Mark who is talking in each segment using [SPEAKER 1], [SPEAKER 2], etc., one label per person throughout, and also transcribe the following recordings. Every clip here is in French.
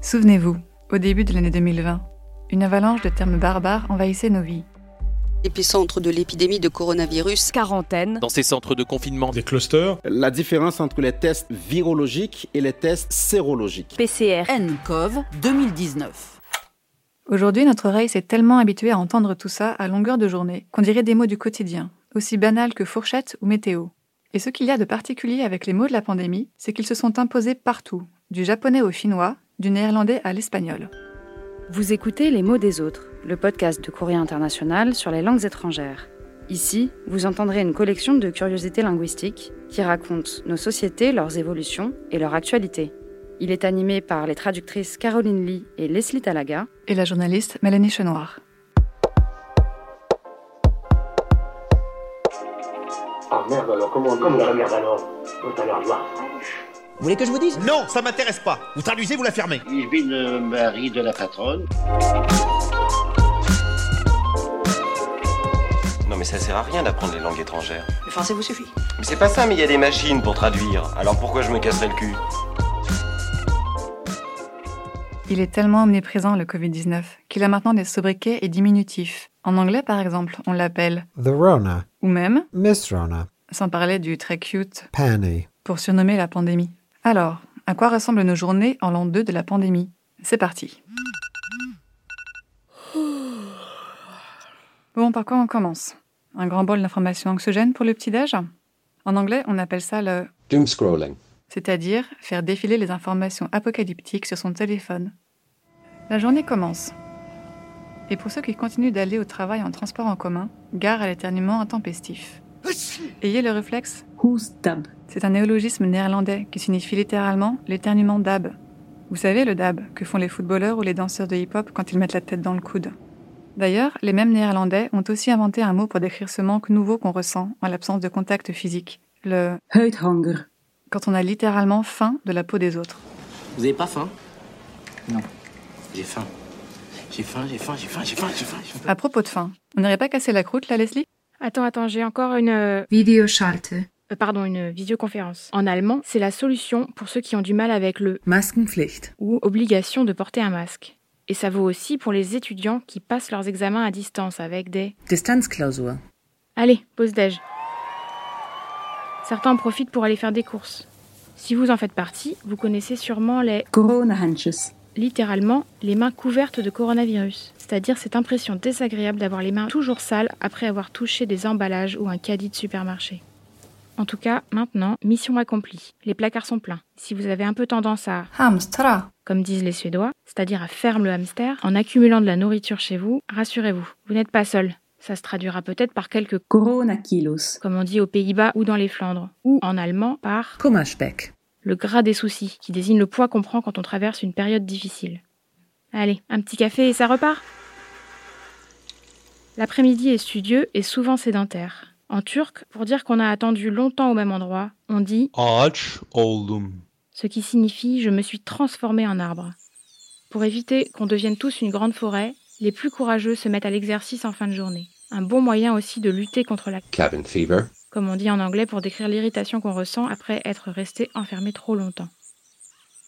[SPEAKER 1] Souvenez-vous, au début de l'année 2020, une avalanche de termes barbares envahissait nos vies.
[SPEAKER 2] Épicentre de l'épidémie de coronavirus,
[SPEAKER 3] quarantaine,
[SPEAKER 4] dans ces centres de confinement,
[SPEAKER 5] des clusters,
[SPEAKER 6] La différence entre les tests virologiques et les tests sérologiques.
[SPEAKER 3] PCR,
[SPEAKER 7] NCOV 2019.
[SPEAKER 1] Aujourd'hui, notre oreille s'est tellement habituée à entendre tout ça à longueur de journée qu'on dirait des mots du quotidien, aussi banals que fourchette ou météo. Et ce qu'il y a de particulier avec les mots de la pandémie, c'est qu'ils se sont imposés partout, du japonais au chinois, du néerlandais à l'espagnol.
[SPEAKER 8] Vous écoutez Les mots des autres, le podcast de Courrier International sur les langues étrangères. Ici, vous entendrez une collection de curiosités linguistiques qui racontent nos sociétés, leurs évolutions et leur actualité. Il est animé par les traductrices Caroline Lee et Leslie Talaga.
[SPEAKER 1] Et la journaliste Mélanie Chenoir.
[SPEAKER 9] Ah merde alors, comment on dit Comment merde alors Tout à l'heure, voir.
[SPEAKER 10] Vous voulez que je vous dise
[SPEAKER 11] Non, ça m'intéresse pas. Vous traduisez, vous la fermez.
[SPEAKER 12] Il vit le mari de la patronne.
[SPEAKER 13] Non mais ça sert à rien d'apprendre les langues étrangères.
[SPEAKER 2] le français vous suffit.
[SPEAKER 13] Mais c'est pas ça, mais il y a des machines pour traduire. Alors pourquoi je me casserais le cul
[SPEAKER 1] Il est tellement omniprésent le Covid-19 qu'il a maintenant des sobriquets et diminutifs. En anglais, par exemple, on l'appelle
[SPEAKER 14] The Rona,
[SPEAKER 1] ou même,
[SPEAKER 14] Miss Rona,
[SPEAKER 1] sans parler du très cute,
[SPEAKER 14] Panny.
[SPEAKER 1] pour surnommer la pandémie. Alors, à quoi ressemblent nos journées en l'an 2 de la pandémie C'est parti. Bon, par quoi on commence Un grand bol d'informations anxiogènes pour le petit-déj En anglais, on appelle ça le
[SPEAKER 15] Doom scrolling.
[SPEAKER 1] c'est-à-dire faire défiler les informations apocalyptiques sur son téléphone. La journée commence. Et pour ceux qui continuent d'aller au travail en transport en commun, gare à l'éternuement intempestif. Ayez le réflexe
[SPEAKER 16] Hoestab.
[SPEAKER 1] c'est un néologisme néerlandais qui signifie littéralement l'éternuement d'ab. Vous savez le dab que font les footballeurs ou les danseurs de hip-hop quand ils mettent la tête dans le coude. D'ailleurs, les mêmes néerlandais ont aussi inventé un mot pour décrire ce manque nouveau qu'on ressent en l'absence de contact physique, le
[SPEAKER 16] Huidhanger.
[SPEAKER 1] quand on a littéralement faim de la peau des autres.
[SPEAKER 10] Vous avez pas faim
[SPEAKER 12] J'ai faim. J'ai faim, j'ai faim, j'ai faim, j'ai faim, j'ai faim. j'ai faim.
[SPEAKER 1] À propos de faim, on n'irait pas casser la croûte là, Leslie
[SPEAKER 17] Attends, attends, j'ai encore une. euh,
[SPEAKER 7] Videoschalte.
[SPEAKER 17] euh, pardon, une visioconférence. En allemand, c'est la solution pour ceux qui ont du mal avec le
[SPEAKER 16] Maskenpflicht.
[SPEAKER 17] ou obligation de porter un masque. Et ça vaut aussi pour les étudiants qui passent leurs examens à distance avec des.
[SPEAKER 16] Distanzklausur.
[SPEAKER 17] Allez, pause déj. Certains en profitent pour aller faire des courses. Si vous en faites partie, vous connaissez sûrement les.
[SPEAKER 16] Corona-handjes.
[SPEAKER 17] littéralement les mains couvertes de coronavirus. C'est-à-dire cette impression désagréable d'avoir les mains toujours sales après avoir touché des emballages ou un caddie de supermarché. En tout cas, maintenant, mission accomplie. Les placards sont pleins. Si vous avez un peu tendance à,
[SPEAKER 7] Hamstra.
[SPEAKER 17] comme disent les Suédois, c'est-à-dire à ferme le hamster, en accumulant de la nourriture chez vous, rassurez-vous, vous n'êtes pas seul. Ça se traduira peut-être par quelques
[SPEAKER 16] Corona-kilos.
[SPEAKER 17] comme on dit aux Pays-Bas ou dans les Flandres, ou en allemand par
[SPEAKER 16] Kummerspeck.
[SPEAKER 17] le gras des soucis, qui désigne le poids qu'on prend quand on traverse une période difficile. Allez, un petit café et ça repart L'après-midi est studieux et souvent sédentaire. En turc, pour dire qu'on a attendu longtemps au même endroit, on dit
[SPEAKER 5] Aç oldum.
[SPEAKER 17] ce qui signifie je me suis transformé en arbre. Pour éviter qu'on devienne tous une grande forêt, les plus courageux se mettent à l'exercice en fin de journée. Un bon moyen aussi de lutter contre la
[SPEAKER 15] Cabin fever.
[SPEAKER 17] comme on dit en anglais pour décrire l'irritation qu'on ressent après être resté enfermé trop longtemps.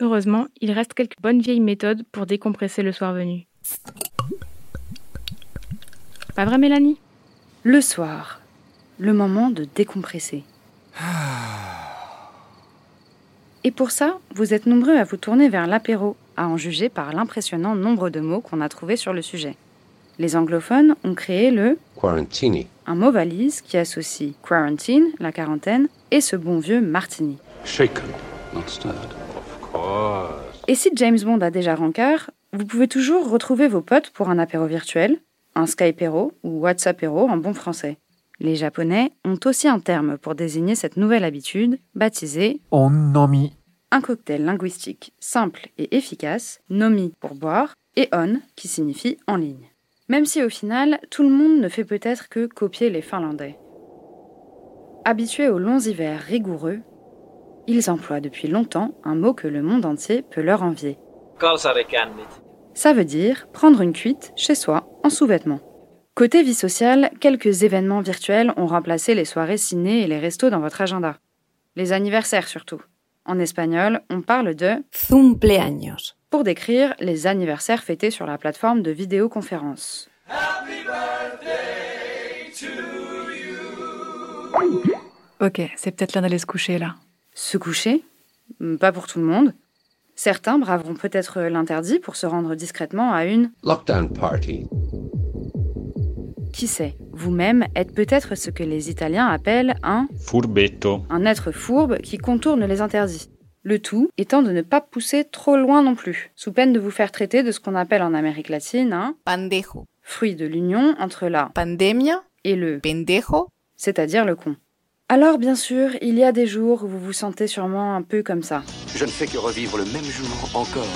[SPEAKER 17] Heureusement, il reste quelques bonnes vieilles méthodes pour décompresser le soir venu. Pas vrai Mélanie
[SPEAKER 8] Le soir, le moment de décompresser. Et pour ça, vous êtes nombreux à vous tourner vers l'apéro, à en juger par l'impressionnant nombre de mots qu'on a trouvés sur le sujet. Les anglophones ont créé le
[SPEAKER 15] Quarantini.
[SPEAKER 8] un mot valise qui associe quarantine, la quarantaine, et ce bon vieux martini.
[SPEAKER 15] Shaken, not stirred. Of course.
[SPEAKER 8] Et si James Bond a déjà rancœur, vous pouvez toujours retrouver vos potes pour un apéro virtuel, un Skypéro ou WhatsAppéro en bon français. Les Japonais ont aussi un terme pour désigner cette nouvelle habitude, baptisée
[SPEAKER 14] Onnomi.
[SPEAKER 8] un cocktail linguistique simple et efficace, nomi pour boire et on qui signifie en ligne. Même si au final, tout le monde ne fait peut-être que copier les Finlandais. Habitués aux longs hivers rigoureux, ils emploient depuis longtemps un mot que le monde entier peut leur envier. Ça veut dire prendre une cuite chez soi en sous-vêtements. Côté vie sociale, quelques événements virtuels ont remplacé les soirées ciné et les restos dans votre agenda. Les anniversaires surtout. En espagnol, on parle de
[SPEAKER 3] cumpleaños
[SPEAKER 8] pour décrire les anniversaires fêtés sur la plateforme de vidéoconférence.
[SPEAKER 1] Ok, c'est peut-être l'heure d'aller se coucher là.
[SPEAKER 8] Se coucher mm, Pas pour tout le monde. Certains braveront peut-être l'interdit pour se rendre discrètement à une
[SPEAKER 4] lockdown party.
[SPEAKER 8] Qui sait, vous-même êtes peut-être ce que les Italiens appellent un
[SPEAKER 4] furbetto,
[SPEAKER 8] un être fourbe qui contourne les interdits. Le tout étant de ne pas pousser trop loin non plus, sous peine de vous faire traiter de ce qu'on appelle en Amérique latine un
[SPEAKER 3] pandejo,
[SPEAKER 8] fruit de l'union entre la
[SPEAKER 3] pandemia
[SPEAKER 8] et le
[SPEAKER 3] pendejo,
[SPEAKER 8] c'est-à-dire le con. Alors bien sûr, il y a des jours où vous vous sentez sûrement un peu comme ça.
[SPEAKER 12] Je ne fais que revivre le même jour encore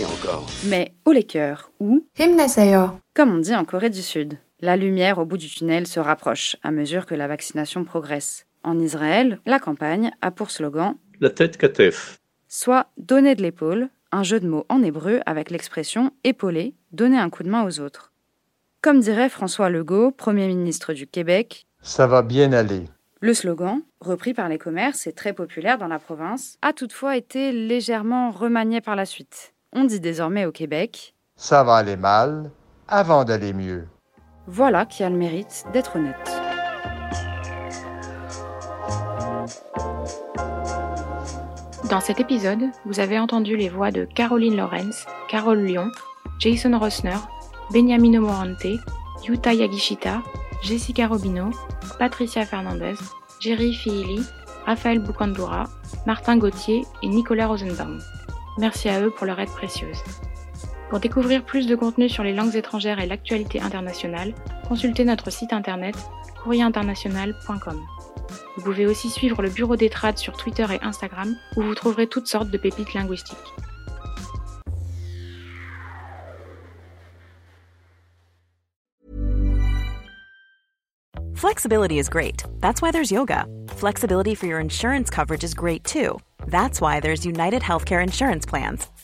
[SPEAKER 12] et encore.
[SPEAKER 8] Mais au cœur ou
[SPEAKER 3] Himnasayo,
[SPEAKER 8] comme on dit en Corée du Sud, la lumière au bout du tunnel se rapproche à mesure que la vaccination progresse. En Israël, la campagne a pour slogan
[SPEAKER 4] la tête katef.
[SPEAKER 8] soit donner de l'épaule, un jeu de mots en hébreu avec l'expression épauler, donner un coup de main aux autres. Comme dirait François Legault, Premier ministre du Québec,
[SPEAKER 4] Ça va bien aller.
[SPEAKER 8] le slogan, repris par les commerces et très populaire dans la province, a toutefois été légèrement remanié par la suite. On dit désormais au Québec,
[SPEAKER 4] Ça va aller mal avant d'aller mieux.
[SPEAKER 8] voilà qui a le mérite d'être honnête.
[SPEAKER 17] Dans cet épisode, vous avez entendu les voix de Caroline Lorenz, Carole Lyon, Jason Rossner, Beniamino Morante, Yuta Yagishita, Jessica Robino, Patricia Fernandez, Jerry Fihili, Raphaël Boukandura, Martin Gauthier et Nicolas Rosenbaum. Merci à eux pour leur aide précieuse. Pour découvrir plus de contenu sur les langues étrangères et l'actualité internationale, consultez notre site internet courrierinternational.com. Vous pouvez aussi suivre le Bureau des Trades sur Twitter et Instagram, où vous trouverez toutes sortes de pépites linguistiques.
[SPEAKER 18] Flexibility is great. That's why there's yoga. Flexibility for your insurance coverage is great too. That's why there's United Healthcare Insurance Plans.